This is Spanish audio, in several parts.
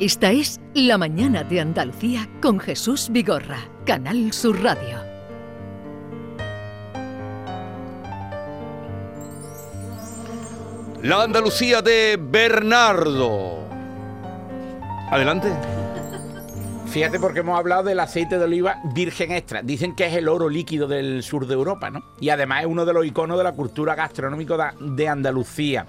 Esta es La Mañana de Andalucía con Jesús Vigorra, Canal Sur Radio. La Andalucía de Bernardo. Adelante. Fíjate porque hemos hablado del aceite de oliva virgen extra. Dicen que es el oro líquido del sur de Europa, ¿no? Y además es uno de los iconos de la cultura gastronómica de Andalucía.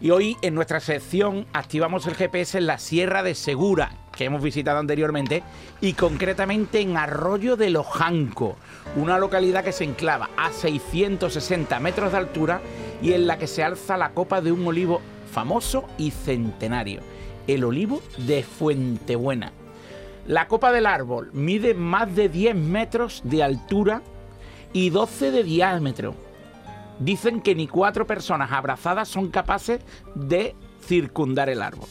Y hoy en nuestra sección activamos el GPS en la Sierra de Segura, que hemos visitado anteriormente, y concretamente en Arroyo de Lojanco, una localidad que se enclava a 660 metros de altura y en la que se alza la copa de un olivo famoso y centenario, el olivo de Fuentebuena. La copa del árbol mide más de 10 metros de altura y 12 de diámetro dicen que ni cuatro personas abrazadas son capaces de circundar el árbol.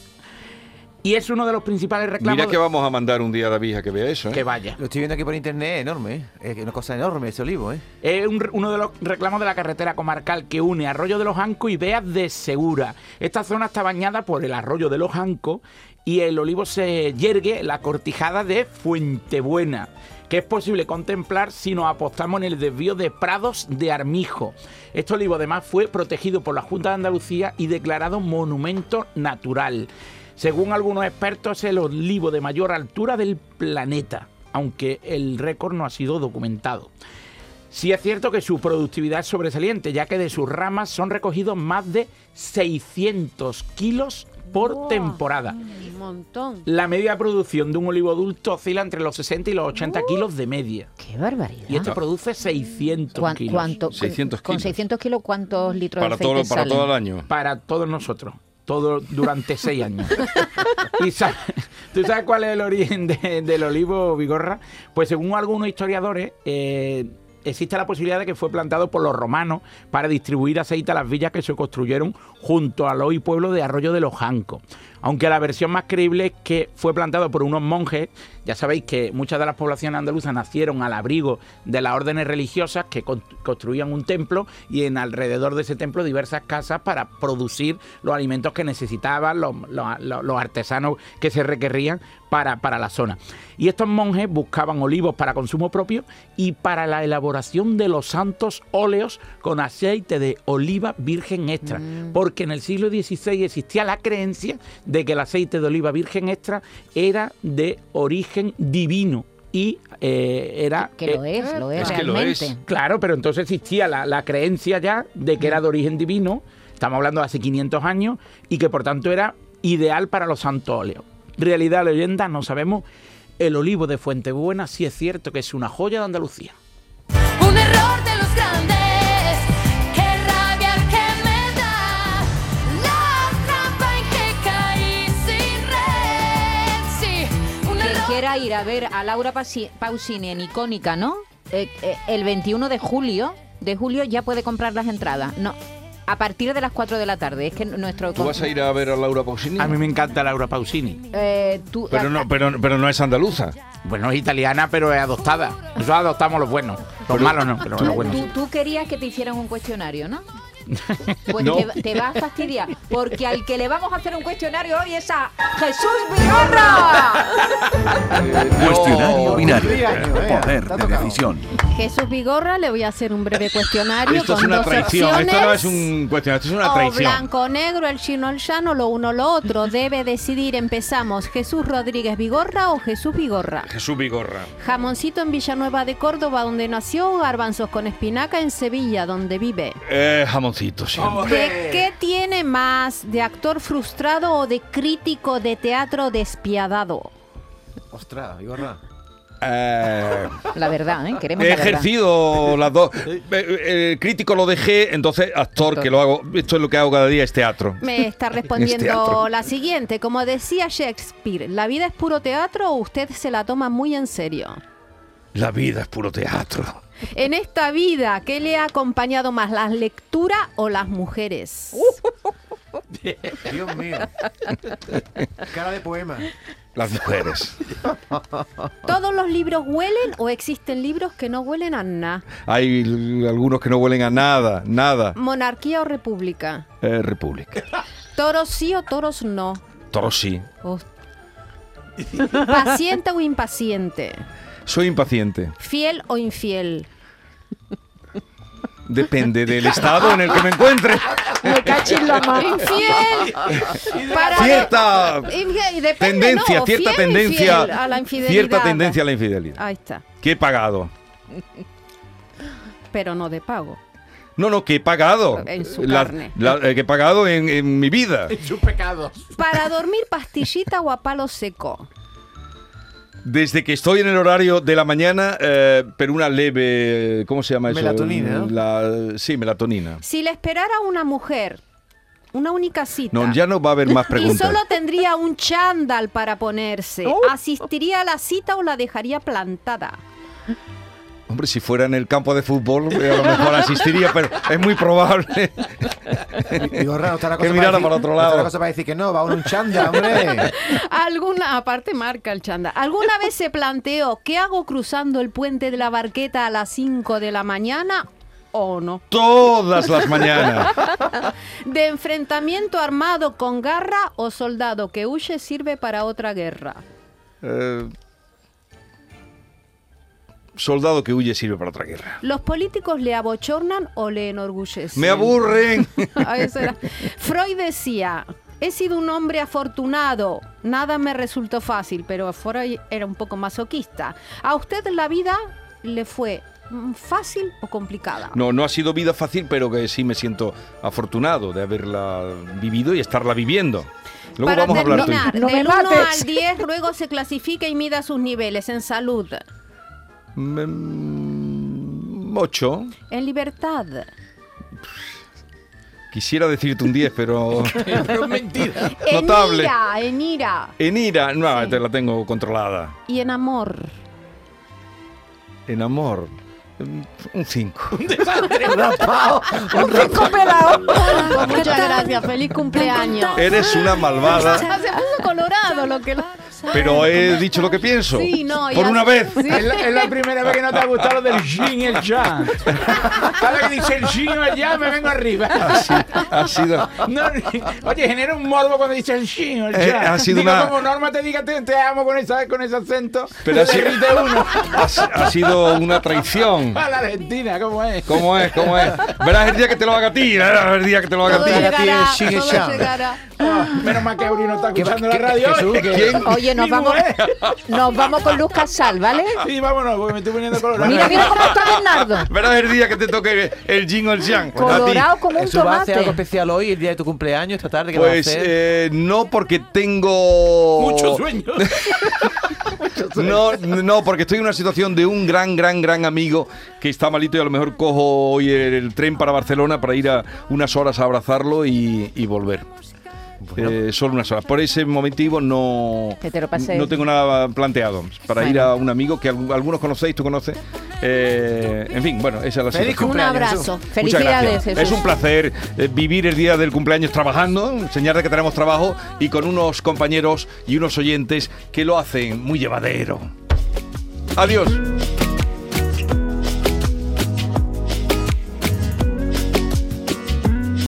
Y es uno de los principales reclamos. Mira que vamos a mandar un día a David a que vea eso. ¿eh? que vaya. Lo estoy viendo aquí por internet, es enorme, ¿eh? Es una cosa enorme ese olivo, ¿eh? Es un- uno de los reclamos de la carretera comarcal que une Arroyo de los Ancos y Beas de Segura. Esta zona está bañada por el Arroyo de los Ancos y el olivo se yergue en la cortijada de Fuentebuena, que es posible contemplar si nos apostamos en el desvío de Prados de Armijo. Este olivo además fue protegido por la Junta de Andalucía y declarado monumento natural. Según algunos expertos, es el olivo de mayor altura del planeta, aunque el récord no ha sido documentado. Sí es cierto que su productividad es sobresaliente, ya que de sus ramas son recogidos más de 600 kilos por Buah, temporada. Un montón. La media de producción de un olivo adulto oscila entre los 60 y los 80 kilos de media. ¡Qué barbaridad! Y este produce 600 ¿Cuán- kilos cuánto- con- 600 Con kilos. 600 kilos, ¿cuántos litros Para de todo, aceite para salen? todo el año. para todos nosotros, todo durante seis años. ¿Y sa- tú sabes cuál es el origen de- del olivo Vigorra? Pues según algunos historiadores, eh, existe la posibilidad de que fue plantado por los romanos para distribuir aceite a las villas que se construyeron junto al hoy pueblo de Arroyo de los Jancos. Aunque la versión más creíble es que fue plantado por unos monjes, ya sabéis que muchas de las poblaciones andaluzas nacieron al abrigo de las órdenes religiosas que con- construían un templo y en alrededor de ese templo diversas casas para producir los alimentos que necesitaban los, los- los- los artesanos que se requerían para, para la zona. Y estos monjes buscaban olivos para consumo propio y para la elaboración de los santos óleos con aceite de oliva virgen extra, Mm. porque en el siglo XVI existía la creencia de que el aceite de oliva virgen extra era de origen divino y eh, era... Que lo eh, es, lo es, Es que lo Pues realmente. es. Claro, pero entonces existía la, la creencia ya de que era de origen divino, estamos hablando de hace 500 años, y que por tanto era ideal para los santos óleos. Realidad, leyenda, no sabemos. El olivo de Fuentebuena sí es cierto que es una joya de Andalucía. Un error de los grandes, qué rabia que me da. La trampa en que caí sin red, sí. Un Quien error. quiera ir a ver a Laura Pasi- Pausini en Icónica, ¿no? Eh, eh, el 21 de julio, de julio ya puede comprar las entradas. No, a partir de las 4 de la tarde. Es que nuestro... ¿Tú vas a ir a ver a Laura Pausini? A mí me encanta Laura Pausini. Eh, tú- Pero no, pero, pero no es andaluza. Bueno, es italiana, pero es adoptada. Nosotros adoptamos los buenos. Los malos no, pero Tú, los buenos. tú- sí. tú querías que te hicieran un cuestionario, ¿no? Pues No. Te, te va a fastidiar, porque al que le vamos a hacer un cuestionario hoy es a Jesús Vigorra. Cuestionario No. binario. Oh, eh, Poder está de tocado. decisión. Jesús Vigorra, le voy a hacer un breve cuestionario Esto es con una dos traición. opciones. Esto no es un cuestionario, esto es una o traición. blanco, negro, el chino, el llano, lo uno, lo otro. Debe decidir, empezamos, Jesús Rodríguez Vigorra o Jesús Vigorra. Jesús Vigorra. Jamoncito en Villanueva de Córdoba, donde nació, o garbanzos con espinaca en Sevilla, donde vive. Eh, jamoncito, siempre. ¿De qué tiene más? ¿De actor frustrado o de crítico de teatro despiadado? Ostras, Vigorra. Eh, La verdad, ¿eh? Queremos he la verdad. ejercido las dos. Eh, eh, el crítico lo dejé, entonces actor que lo hago. Esto es lo que hago cada día, es teatro. Me está Es teatro. respondiendo la siguiente. Como decía Shakespeare, ¿la vida es puro teatro o usted se la toma muy en serio? La vida es puro teatro. En esta vida, ¿qué le ha acompañado más, las lecturas o las mujeres? Dios mío. Cara de poema. Las mujeres. ¿Todos los libros huelen o existen libros que no huelen a nada? Hay l- algunos que no huelen a nada, nada. ¿Monarquía o república? Eh, República. ¿Toros sí o toros no? Toro sí. Os- ¿Paciente o impaciente? Soy impaciente. ¿Fiel o infiel? Depende del estado en el que me encuentre. Me cachis la mano. ¡Infiel! Para Cierta Infiel, y depende, Ah, tendencia, ¿no? cierta Fiel o tendencia, infiel a la infidelidad. cierta tendencia a la infidelidad. Ahí está, Que he pagado. pero no de pago. No, no, que he pagado. En su La- carne. la- eh, que he pagado en, en mi vida. Sus pecados. ¿Para dormir pastillita o a palo seco? Desde que estoy en el horario de la mañana, eh, pero una leve. ¿Cómo se llama eso? Melatonina, ¿no? La- sí, melatonina. Si le esperara una mujer, una única cita. No, ya no va a haber más Y preguntas. solo tendría un chándal para ponerse. Oh. ¿Asistiría a la cita o la dejaría plantada? Hombre, si fuera en el campo de fútbol, eh, a lo mejor asistiría, pero es muy probable. Vigorra, no está la Que cosa mirara decir- para otro no está lado. la cosa para decir que no, va uno un chanda, Eh. hombre. Alguna, aparte marca el chándal. ¿Alguna vez se planteó qué hago cruzando el puente de la barqueta a las 5 de la mañana o no? Todas las mañanas. ¿De enfrentamiento armado con garra o soldado que huye sirve para otra guerra? Eh, soldado que huye sirve para otra guerra. ¿Los políticos le abochornan o le enorgullecen? Me aburren. A eso era. Freud decía, he sido un hombre afortunado, nada me resultó fácil, pero Freud era un poco masoquista. ¿A usted la vida le fue mm, fácil o complicada? No, no ha sido vida fácil, pero que sí me siento afortunado de haberla vivido y estarla viviendo. Luego Para vamos a hablar tú. y yo. terminar, No me del 1 mates. al 10, luego se clasifica y mida sus niveles en salud, Mm, Ocho. en libertad, Quisiera decirte un 10, pero Pero es mentira. Notable. en ira, en ira en ira, no, Sí. te la tengo controlada. y en amor. En amor, mm, un 5. Muchas gracias, feliz cumpleaños. Eres una Se malvada, puso colorado lo que la- pero he dicho lo que pienso. Sí, no, Por ya- una vez. Sí. Es la, es la primera vez que no te ha gustado lo del yin y el yang. ¿Sabes que dice el yin o el yang? Me vengo arriba. Sí, ha sido. No, oye, genera un morbo cuando dice el yin o el yang. Eh, ha sido Digo, una- como Norma te diga te, te amo con, esa, con ese acento. Pero ha te sido, derrite uno. ha si- ha sido una traición. A la Argentina, ¿cómo es? ¿Cómo es? ¿Cómo es? Verás el día que te lo haga a ti. Verás el día que te lo haga a Todo ti. llegará, Sigue todo Shang. llegará. Menos mal que Auri no está ¿Qué va- escuchando la qué- radio. Jesús, hoy. qué- ¿Quién? Oye, nos Mi vamos, mujer. nos vamos con Luz Casal, ¿vale? Sí, vámonos, porque me estoy poniendo colorado. Mira, mira cómo está Bernardo. Verás el día que te toque el yin o el yang. Pues, A ti. Colorado como un Jesús, ¿vas a hacer algo tomate. especial hoy, el día de tu cumpleaños, esta tarde? ¿Qué vas a Pues hacer? eh, no porque tengo... Mucho sueño. No, no, porque estoy en una situación de un gran, gran, gran amigo que está malito y a lo mejor cojo hoy el, el tren para Barcelona para ir a unas horas a abrazarlo y, y volver. Eh, solo unas horas. Por ese motivo no, Que te lo pases. no tengo nada planteado para ir Bueno. a un amigo que al- algunos conocéis, tú conoces. Eh, en fin, bueno, esa es la Feliz situación. Un Cumpleaños, abrazo. Muchas Felicidades, gracias. Jesús. Es un placer eh, vivir el día del cumpleaños trabajando, señal de que tenemos trabajo y con unos compañeros y unos oyentes que lo hacen muy llevadero. Adiós.